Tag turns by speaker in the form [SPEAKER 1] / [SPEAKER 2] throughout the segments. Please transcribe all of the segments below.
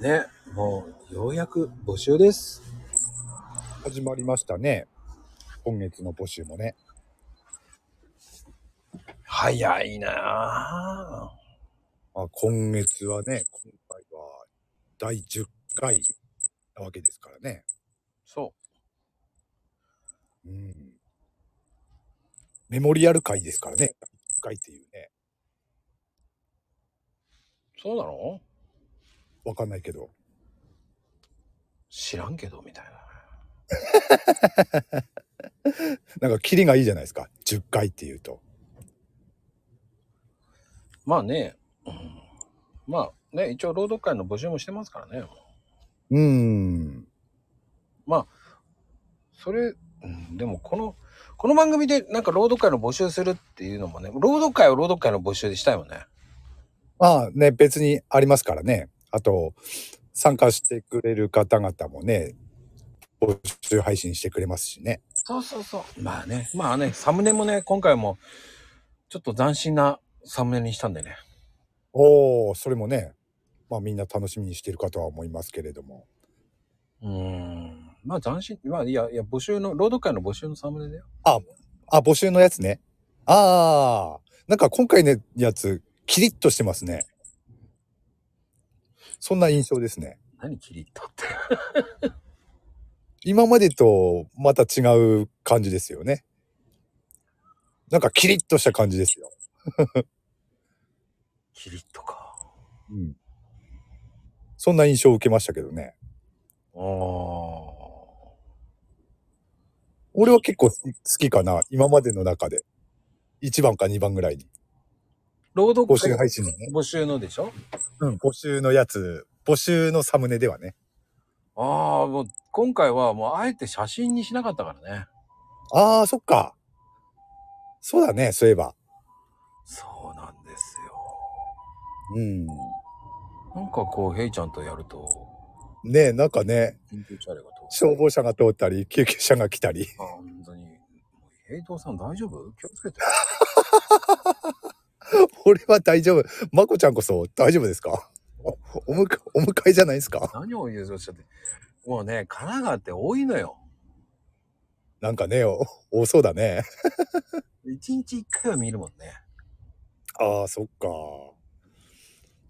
[SPEAKER 1] ね、もう、ようやく募集です。
[SPEAKER 2] 始まりましたね。今月の募集もね。
[SPEAKER 1] 早いなぁ。
[SPEAKER 2] あ今月はね、今回は第10回なわけですからね。
[SPEAKER 1] そ
[SPEAKER 2] うん。メモリアル会ですからね。10回っていうね。
[SPEAKER 1] う。そうなの
[SPEAKER 2] わかんないけど。
[SPEAKER 1] 知らんけど、みたいな。
[SPEAKER 2] なんかキリがいいじゃないですか。10回っていうと。
[SPEAKER 1] まあね、うん、まあね、一応朗読会の募集もしてますからね。
[SPEAKER 2] うん。
[SPEAKER 1] それ、うん、でもこの、この番組でなんか朗読会の募集するっていうのもね、朗読会を朗読会の募集でしたいよね。
[SPEAKER 2] まあね、別にありますからね。あと、参加してくれる方々もね、募集配信してくれますしね。
[SPEAKER 1] そうそうそう。まあね、まあね、サムネもね、今回もちょっと斬新なサムネにしたんでね。
[SPEAKER 2] おお、それもね、まあみんな楽しみにしてるかとは思いますけれども。
[SPEAKER 1] うーん。まあ斬新、まあいや、いや、募集の、朗読会の募集のサムネだよ。
[SPEAKER 2] あ、募集のやつね。ああ、なんか今回のやつ、キリッとしてますね。そんな印象ですね。
[SPEAKER 1] 何キリッとって。
[SPEAKER 2] 今までとまた違う感じですよね。なんかキリッとした感じですよ。
[SPEAKER 1] キリッとか。
[SPEAKER 2] うん。そんな印象を受けましたけどね。
[SPEAKER 1] ああ。
[SPEAKER 2] 俺は結構好き好きかな。今までの中で。1番か2番ぐらいに。
[SPEAKER 1] 朗読
[SPEAKER 2] 募集
[SPEAKER 1] 会
[SPEAKER 2] 配信のね。
[SPEAKER 1] 募集のでしょ
[SPEAKER 2] うん、募集のやつ、募集のサムネではね。
[SPEAKER 1] ああ、もう今回はもうあえて写真にしなかったからね。
[SPEAKER 2] ああ、そっか。そうだね、そういえば。
[SPEAKER 1] そうなんですよ。
[SPEAKER 2] うん。
[SPEAKER 1] なんかこう、ヘイちゃんとやると、
[SPEAKER 2] ねえ、なんかね、
[SPEAKER 1] 緊急車両が通
[SPEAKER 2] 消防車が通ったり、救急車が来たり。
[SPEAKER 1] あ本当に。ヘイトさん大丈夫気をつけて。
[SPEAKER 2] 俺は大丈夫。まこちゃんこそ大丈夫ですか おおむかお迎えじゃないですか
[SPEAKER 1] 何を言うぞしちゃって。もうね、神奈川って多いのよ。
[SPEAKER 2] なんかね、お多そうだね。
[SPEAKER 1] 一日一回は見るもんね。
[SPEAKER 2] ああ、そっか。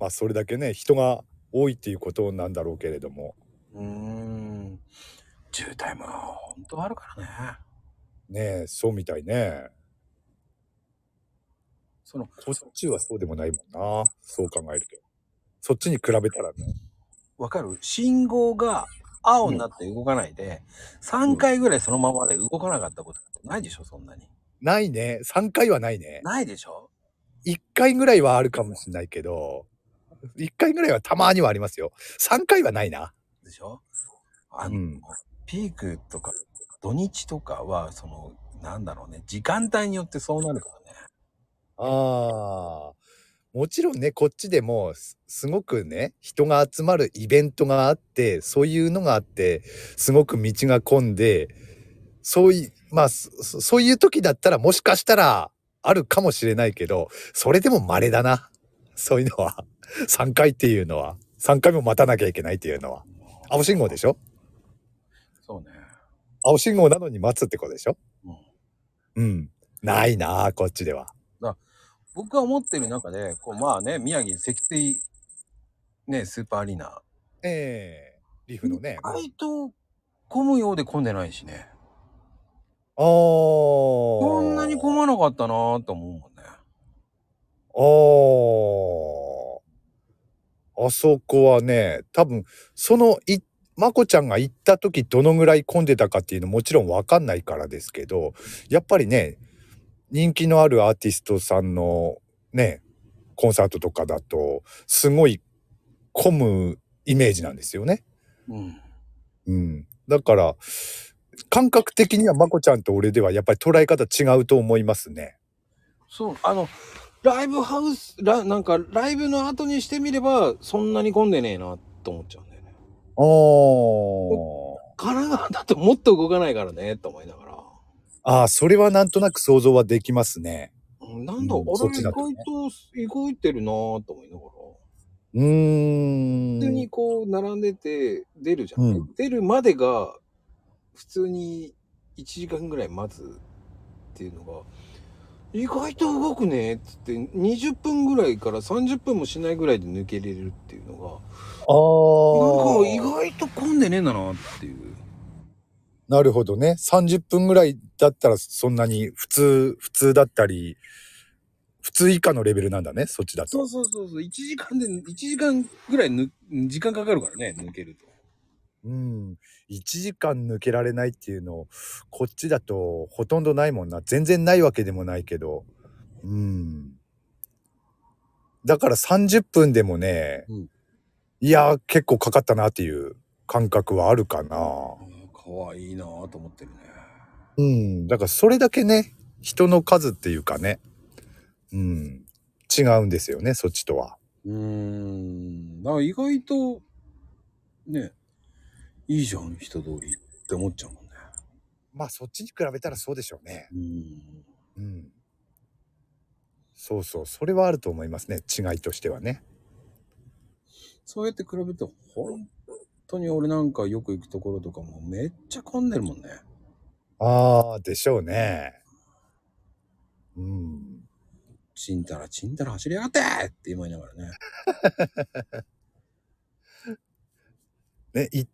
[SPEAKER 2] まあ、それだけね、人が多いっていうことなんだろうけれども。
[SPEAKER 1] うーん。渋滞も本当あるからね。
[SPEAKER 2] ねえ、そうみたいね。
[SPEAKER 1] その、
[SPEAKER 2] こっちはそうでもないもんな。そう考えると。そっちに比べたらね。
[SPEAKER 1] わかる信号が青になって動かないで、3回ぐらいそのままで動かなかったことなんてないでしょ、そんなに。
[SPEAKER 2] ないね。3回はないね。
[SPEAKER 1] ないでしょ
[SPEAKER 2] 1回ぐらいはあるかもしれないけど、1回ぐらいはたまにはありますよ。3回はないな。
[SPEAKER 1] でしょあ
[SPEAKER 2] う
[SPEAKER 1] の、
[SPEAKER 2] ん。
[SPEAKER 1] ピークとか土日とかは、その、なんだろうね、時間帯によってそうなるからね。
[SPEAKER 2] ああ。もちろんね、こっちでもす、すごくね、人が集まるイベントがあって、そういうのがあって、すごく道が混んで、そういう、まあ、そそそういう時だったら、もしかしたら、あるかもしれないけど、それでも稀だな。そういうのは。3回っていうのは。3回も待たなきゃいけないっていうのは。青信号でしょ
[SPEAKER 1] そうね。
[SPEAKER 2] 青信号なのに待つってことでしょ
[SPEAKER 1] うん
[SPEAKER 2] うん。ないなあこっちでは。
[SPEAKER 1] 僕が思ってる中で、こう、まあね、宮城積水、ね、スーパーアリーナ、
[SPEAKER 2] ええリフのね。
[SPEAKER 1] 意外と混むようで混んでないしね。
[SPEAKER 2] ああ。こ
[SPEAKER 1] こんなに混まなかったなぁと思うもんね。
[SPEAKER 2] ああ。あそこはね、多分、そのい、まこちゃんが行った時どのぐらい混んでたかっていうのもちろんわかんないからですけど、やっぱりね、人気のあるアーティストさんのね、コンサートとかだと、すごい混むイメージなんですよね。
[SPEAKER 1] うん。
[SPEAKER 2] うん。だから、感覚的にはまこちゃんと俺ではやっぱり捉え方違うと思いますね。
[SPEAKER 1] そう、あの、ライブハウス、ラなんかライブの後にしてみれば、そんなに混んでねえなと思っちゃうんだよね。
[SPEAKER 2] あ
[SPEAKER 1] 神奈川だともっと動かないからね、と思いながら。
[SPEAKER 2] あー、それはなんとなく想像はできますね。
[SPEAKER 1] うんなんだ、
[SPEAKER 2] うんそ
[SPEAKER 1] あ
[SPEAKER 2] っ
[SPEAKER 1] れ
[SPEAKER 2] ち
[SPEAKER 1] 意
[SPEAKER 2] だ
[SPEAKER 1] 外
[SPEAKER 2] とね
[SPEAKER 1] と動いてるなぁと思いながら。
[SPEAKER 2] うーん。
[SPEAKER 1] 普通にこう並んでて出るじゃん、
[SPEAKER 2] うん
[SPEAKER 1] 出るまでが普通に1時間ぐらい待つっていうのが意外と動くねっつって20分ぐらいから30分もしないぐらいで抜けれるっていうのが
[SPEAKER 2] あ
[SPEAKER 1] なんか
[SPEAKER 2] ー
[SPEAKER 1] 意外と混んでねえんだなっていう
[SPEAKER 2] なるほどね。30分ぐらいだったらそんなに普通、普通だったり、普通以下のレベルなんだね、そっちだ
[SPEAKER 1] そ
[SPEAKER 2] と。
[SPEAKER 1] うそうそうそう1時間で1時間ぐらいぬ時間かかるからね抜けると
[SPEAKER 2] うん。1時間抜けられないっていうの、こっちだとほとんどないもんな。全然ないわけでもないけど。うん。だから30分でもね、
[SPEAKER 1] うん
[SPEAKER 2] いやー、結構かかったなっていう感覚はあるかな。
[SPEAKER 1] かわいいなぁと思ってるね
[SPEAKER 2] うん。だからそれだけね、人の数っていうかね、うん。違うんですよね、そっちとは。
[SPEAKER 1] うーんだから意外とねいいじゃん人通りって思っちゃうもんね
[SPEAKER 2] まあそっちに比べたらそうでしょうね。
[SPEAKER 1] うん
[SPEAKER 2] うん。そうそう、それはあると思いますね、違いとしてはね。
[SPEAKER 1] そうやって比べて本当に俺なんかよく行くところとかもめっちゃ混んでるもんね
[SPEAKER 2] ああ、でしょうね。うん。
[SPEAKER 1] ちんたらちんたら走りやがってって言いながらね
[SPEAKER 2] ね、い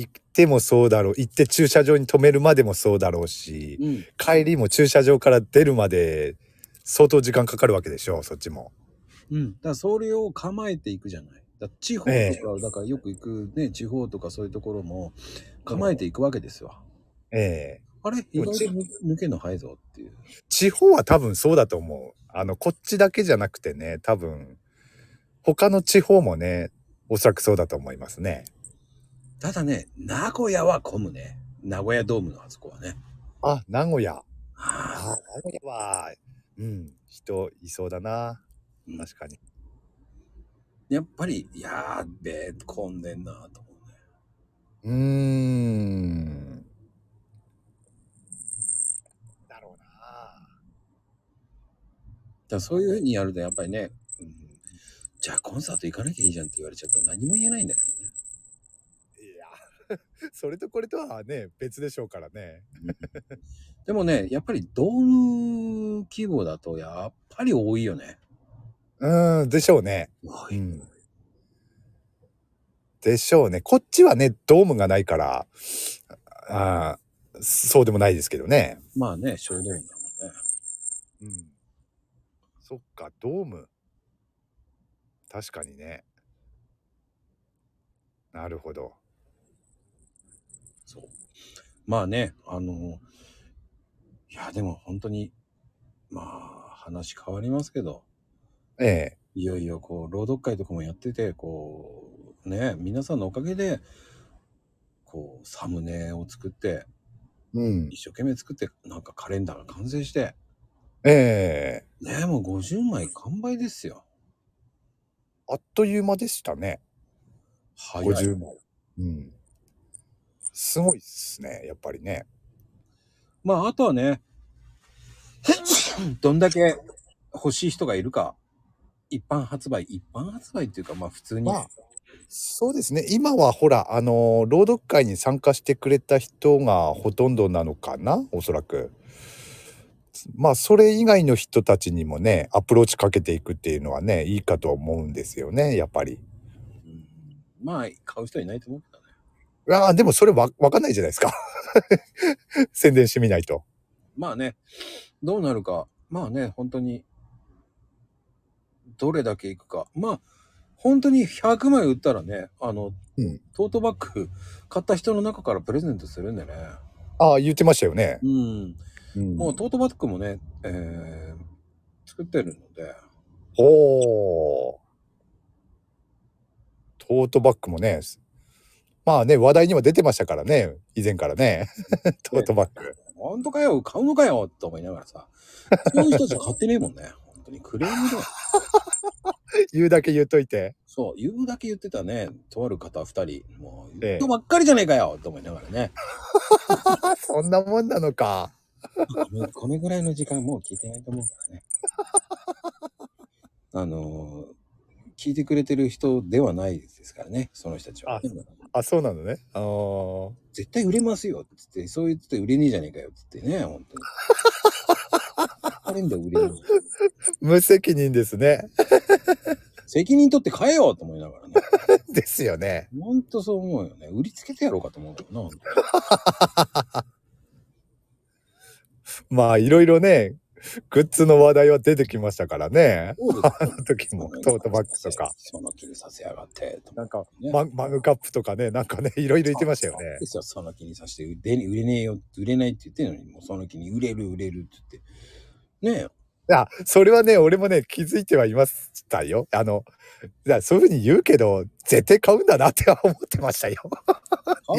[SPEAKER 2] 行ってもそうだろう。行って駐車場に止めるまでもそうだろうし、
[SPEAKER 1] うん
[SPEAKER 2] 帰りも駐車場から出るまで相当時間かかるわけでしょう、そっちも。
[SPEAKER 1] うんだからそれを構えていくじゃないだから地方とか、
[SPEAKER 2] え
[SPEAKER 1] だからよく行くね地方とかそういうところも構えていくわけですよ、
[SPEAKER 2] ええ
[SPEAKER 1] あれ意
[SPEAKER 2] でも
[SPEAKER 1] 外と抜抜けんの早いぞっていう
[SPEAKER 2] 地方は多分そうだと思う。あの、こっちだけじゃなくてね、多分、他の地方もね、おそらくそうだと思いますね。
[SPEAKER 1] ただね、名古屋は混むね。名古屋ドームのあそこはね。
[SPEAKER 2] あ、名古屋。
[SPEAKER 1] あ
[SPEAKER 2] あ、名古屋は、うん、人いそうだな。
[SPEAKER 1] うん
[SPEAKER 2] 確かに。
[SPEAKER 1] やっぱり、やーべえ、混んでんなと思うね。
[SPEAKER 2] うーん。だろう
[SPEAKER 1] だ
[SPEAKER 2] な。
[SPEAKER 1] からそういうふうにやると、やっぱりね、うん、じゃあコンサート行かなきゃいいじゃんって言われちゃうと何も言えないんだけどね。
[SPEAKER 2] いや、それとこれとはね、別でしょうからね。
[SPEAKER 1] でもね、やっぱりドーム規模だと、やっぱり多いよね。
[SPEAKER 2] うん、でしょうね。
[SPEAKER 1] 多
[SPEAKER 2] う
[SPEAKER 1] い。
[SPEAKER 2] ん。でしょうね。こっちはね、ドームがないから、あーそうでもないですけどね。
[SPEAKER 1] まあね、小ドームだもんね。
[SPEAKER 2] うん。そっか、ドーム。確かにね。なるほど。
[SPEAKER 1] そう。まあね、あの、いや、でも本当に、まあ、話変わりますけど、
[SPEAKER 2] ええ。
[SPEAKER 1] いよいよこう朗読会とかもやっててこうね皆さんのおかげでこうサムネを作って
[SPEAKER 2] うん。
[SPEAKER 1] 一生懸命作ってなんかカレンダーが完成して
[SPEAKER 2] ええ。
[SPEAKER 1] ねもう50枚完売ですよ
[SPEAKER 2] あっという間でしたね。
[SPEAKER 1] 早い
[SPEAKER 2] 50枚。うん。すごいっすね、やっぱりね。
[SPEAKER 1] まああとはね どんだけ欲しい人がいるか一般発売一般発売っていうかまあ普通に、
[SPEAKER 2] まあ、そうですね。今はほら、あのー朗読会に参加してくれた人がほとんどなのかな、おそらく。まあ、それ以外の人たちにもね、アプローチかけていくっていうのはね、いいかと思うんですよね、やっぱり。
[SPEAKER 1] うんまあ買う人いないと思うけどね
[SPEAKER 2] ああ、でもそれわ、わかんないじゃないですか。 宣伝してみないと。
[SPEAKER 1] まあね、どうなるか、まあね、本当に、どれだけいくか。まあ、本当に100枚売ったらね、あの、
[SPEAKER 2] うん
[SPEAKER 1] トートバッグ買った人の中からプレゼントするんでね。
[SPEAKER 2] ああ、言ってましたよね。
[SPEAKER 1] うん。
[SPEAKER 2] うん、
[SPEAKER 1] もうトートバッグもね、えー、作ってるので、
[SPEAKER 2] おートートバッグもね、まあね、話題には出てましたからね、以前から ね。トートバッグ。
[SPEAKER 1] ほんとかよ、買うのかよ、と思いながらさ、そういう人たち買ってねえもんね。本当にクレームだよ。
[SPEAKER 2] 言うだけ言っといて。
[SPEAKER 1] そう、言うだけ言ってたね、とある方2人、もう、
[SPEAKER 2] ええ
[SPEAKER 1] 言うばっかりじゃねえかよ、と思いながらね。
[SPEAKER 2] そんなもんなのか。
[SPEAKER 1] もうこのぐらいの時間もう聞いてないと思うからね。あのー聞いてくれてる人ではないですからね、その人たちは。
[SPEAKER 2] ああ、そうなのね。あー
[SPEAKER 1] 絶対売れますよって言って、そう言ってて売れねえじゃねえかよって言ってね、本当 に。あれんだよ売れねえ。
[SPEAKER 2] 無責任ですね。
[SPEAKER 1] 責任取って買えよと思いながらね。
[SPEAKER 2] ですよね。
[SPEAKER 1] ほんとそう思うよね。売りつけてやろうかと思うけどな。
[SPEAKER 2] まあ、いろいろね、グッズの話題は出てきましたからね。
[SPEAKER 1] そうです
[SPEAKER 2] あの時も、トートバッグとか、。
[SPEAKER 1] その気にさせやがって。
[SPEAKER 2] なんか、
[SPEAKER 1] ね
[SPEAKER 2] ママグカップとかね、なんかね、いろいろ言ってましたよ
[SPEAKER 1] そう
[SPEAKER 2] ね。
[SPEAKER 1] ですよ、その気にさせて、売れ売れねえよ、売れないって言ってるのに、もうその気に売れる、売れるって言って。ね
[SPEAKER 2] あ、それはね、俺もね、気づいてはいましたよ。あの、いやそういうふうに言うけど、絶対買うんだなっては思ってましたよ。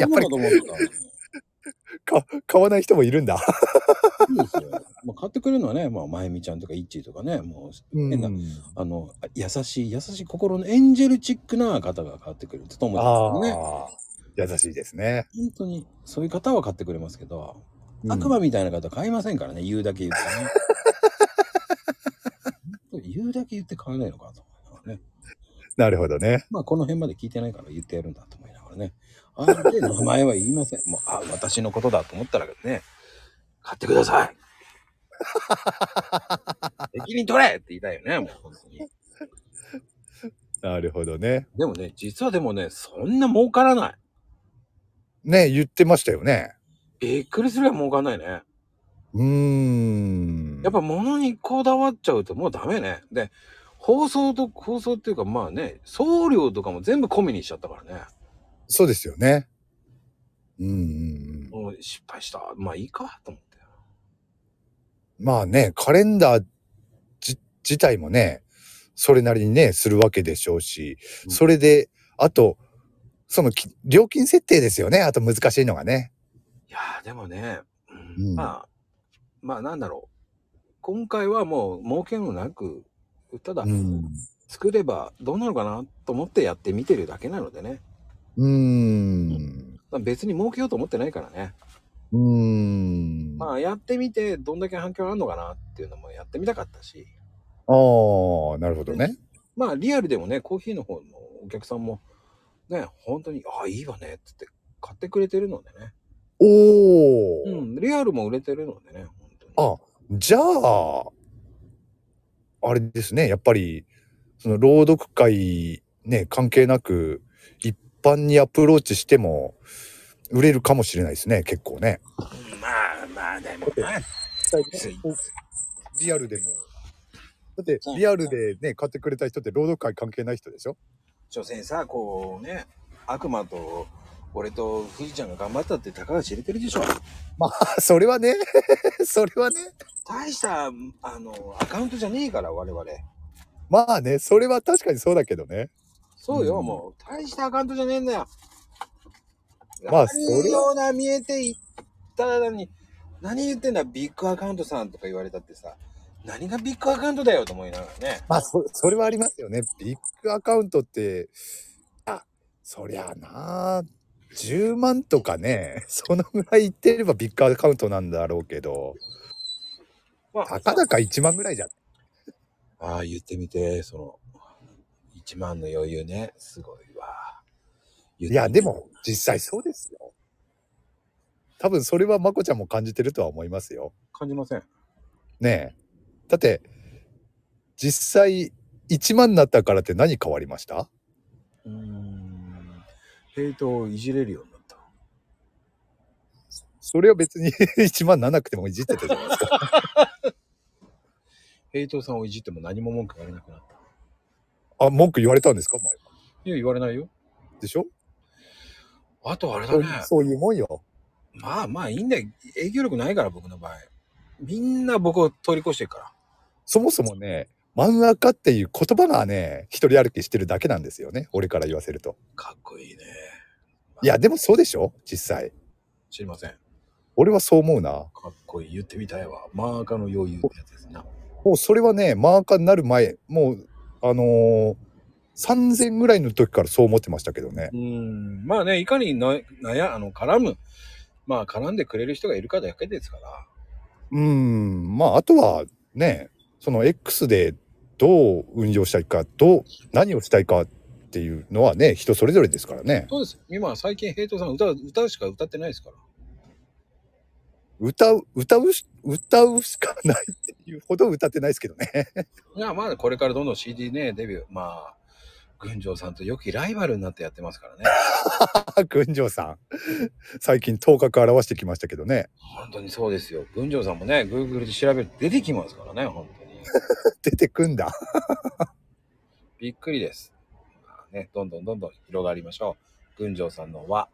[SPEAKER 1] え、買
[SPEAKER 2] や
[SPEAKER 1] う
[SPEAKER 2] っ
[SPEAKER 1] もの
[SPEAKER 2] ぱり
[SPEAKER 1] だと思ってたのに。
[SPEAKER 2] か買わない人もいるんだ。
[SPEAKER 1] いいですよ。まあ、買ってくれるのはね、まあ、まゆみちゃんとか、いっちーとかね、もう、変なあの、優しい、優しい心のエンジェルチックな方が買ってくれるってと思
[SPEAKER 2] あ
[SPEAKER 1] うんですよね。
[SPEAKER 2] あ、優しいですね。
[SPEAKER 1] 本当に、そういう方は買ってくれますけど、
[SPEAKER 2] うん
[SPEAKER 1] 悪魔みたいな方は買いませんからね、言うだけ言って ね。本当言うだけ言って買わないのかと思いながらね。
[SPEAKER 2] なるほどね。
[SPEAKER 1] まあ、この辺まで聞いてないから言ってやるんだと思いながらね。あえて名前は言いません。もう、あ、私のことだと思ったらね、買ってくだ さい。責任取れって言いたいよね、もう本当に。
[SPEAKER 2] なるほどね。
[SPEAKER 1] でもね、実はでもね、そんな儲からない。
[SPEAKER 2] ね、言ってましたよね。
[SPEAKER 1] びっくりするや儲かんないね。
[SPEAKER 2] うーん。
[SPEAKER 1] やっぱ、物にこだわっちゃうともうダメね。で、放送と、放送っていうかまあね、送料とかも全部込みにしちゃったからね。
[SPEAKER 2] そうですよね。うんうんうん。
[SPEAKER 1] もう失敗した。まあいいかと思って。
[SPEAKER 2] まあね、カレンダーじ自体もね、それなりにね、するわけでしょうし、
[SPEAKER 1] うん
[SPEAKER 2] それで、あと、そのき料金設定ですよね。あと難しいのがね。
[SPEAKER 1] いやーでもね、
[SPEAKER 2] う
[SPEAKER 1] うんん、まあ、まあなんだろう。今回はもう儲けもなく、ただ
[SPEAKER 2] うん。
[SPEAKER 1] 作ればどうなのかなと思ってやってみてるだけなのでね。
[SPEAKER 2] うーん。
[SPEAKER 1] まあ別に儲けようと思ってないからね。
[SPEAKER 2] うーん。
[SPEAKER 1] ま
[SPEAKER 2] あ
[SPEAKER 1] あやってみてどんだけ反響あるのかなっていうのもやってみたかったし
[SPEAKER 2] あー、なるほどね。
[SPEAKER 1] まあリアルでもねコーヒーの方のお客さんもね本当に「あいいわね」っつって買ってくれてるのでね、
[SPEAKER 2] おお、
[SPEAKER 1] うん、リアルも売れてるのでね本当に
[SPEAKER 2] あじゃあ、あれですね、やっぱり、その朗読会ね、関係なく、一般にアプローチしても、売れるかもしれないですね、結構ね。
[SPEAKER 1] うんまあまあでもね
[SPEAKER 2] リアルでも。だって
[SPEAKER 1] そう、
[SPEAKER 2] リアルでね、買ってくれた人って朗読会関係ない人でしょ
[SPEAKER 1] 所詮さこうね悪魔と俺と富士ちゃんが頑張ったってたかが知れてるでしょ
[SPEAKER 2] まあ、それはね、 それはね。
[SPEAKER 1] 大したあのアカウントじゃねえから我々
[SPEAKER 2] まあね、それは確かにそうだけどね。
[SPEAKER 1] そうよ、
[SPEAKER 2] うん
[SPEAKER 1] もう大したアカウントじゃねえんだよ。
[SPEAKER 2] まあ
[SPEAKER 1] あ
[SPEAKER 2] そ
[SPEAKER 1] る
[SPEAKER 2] れは
[SPEAKER 1] ような見えていったのに、何言ってんだ、ビッグアカウントさんとか言われたってさ、何がビッグアカウントだよと思いながらね。
[SPEAKER 2] まあそ それはありますよね。ビッグアカウントってあそりゃあなあ10万とかね そのぐらいいってればビッグアカウントなんだろうけど
[SPEAKER 1] ま
[SPEAKER 2] たかだか1万ぐらいじゃん
[SPEAKER 1] ああ、言ってみて、その、1万の余裕ね、すごいわ。い
[SPEAKER 2] いやで、も実際そうですよ。多分それはまこちゃんも感じてるとは思いますよ。
[SPEAKER 1] 感じません。
[SPEAKER 2] ねえ。だって実際1万になったからって何変わりました
[SPEAKER 1] うーん。ヘイトをいじれるようになった。
[SPEAKER 2] それは別に 1万ならなくてもいじってたじゃないですか。
[SPEAKER 1] ヘイトさんをいじっても何も文句言われなくなった。
[SPEAKER 2] あ文句言われたんですか前
[SPEAKER 1] いや、言われないよ。
[SPEAKER 2] でしょ
[SPEAKER 1] あとあれだ
[SPEAKER 2] そう
[SPEAKER 1] ね。
[SPEAKER 2] そういうもんよ。
[SPEAKER 1] まあまあいいんだよ。営業力ないから僕の場合。みんな僕を通り越してるから。
[SPEAKER 2] そもそもね、漫画家っていう言葉がね、一人歩きしてるだけなんですよね。俺から言わせると。
[SPEAKER 1] かっこいいね。
[SPEAKER 2] いや、でもそうでしょ実際。
[SPEAKER 1] 知りません。
[SPEAKER 2] 俺はそう思うな。
[SPEAKER 1] かっこいい。言ってみたいわ。マーカーの余裕ってやつですな。
[SPEAKER 2] もうそれはね、漫画家になる前、もう、あのー、3000ぐらいの時からそう思ってましたけどね
[SPEAKER 1] う。ん。まあね、いかにな、なや、あの、絡む。まあ、絡んでくれる人がいるかだけですから。
[SPEAKER 2] うーん、まあ、あとはね、その X でどう運用したいか、どう、何をしたいかっていうのはね、人それぞれですからね。
[SPEAKER 1] そうです。今、最近、ヘイトさん歌、歌しか歌ってないですから。
[SPEAKER 2] 歌う、歌うし、歌うしかないっていうほど歌ってないですけどね。
[SPEAKER 1] いや、まあ、これからどんどん CD ね、デビュー。まあ、群青さんと良きライバルになってやってますからね。
[SPEAKER 2] 群青さん。最近頭角表してきましたけどね。
[SPEAKER 1] 本当にそうですよ。群青さんもね、Google で調べると出てきますからね、本当に。
[SPEAKER 2] 出てくんだ。
[SPEAKER 1] びっくりです。まあね、どんどんどんどん広がりましょう。群青さんの輪。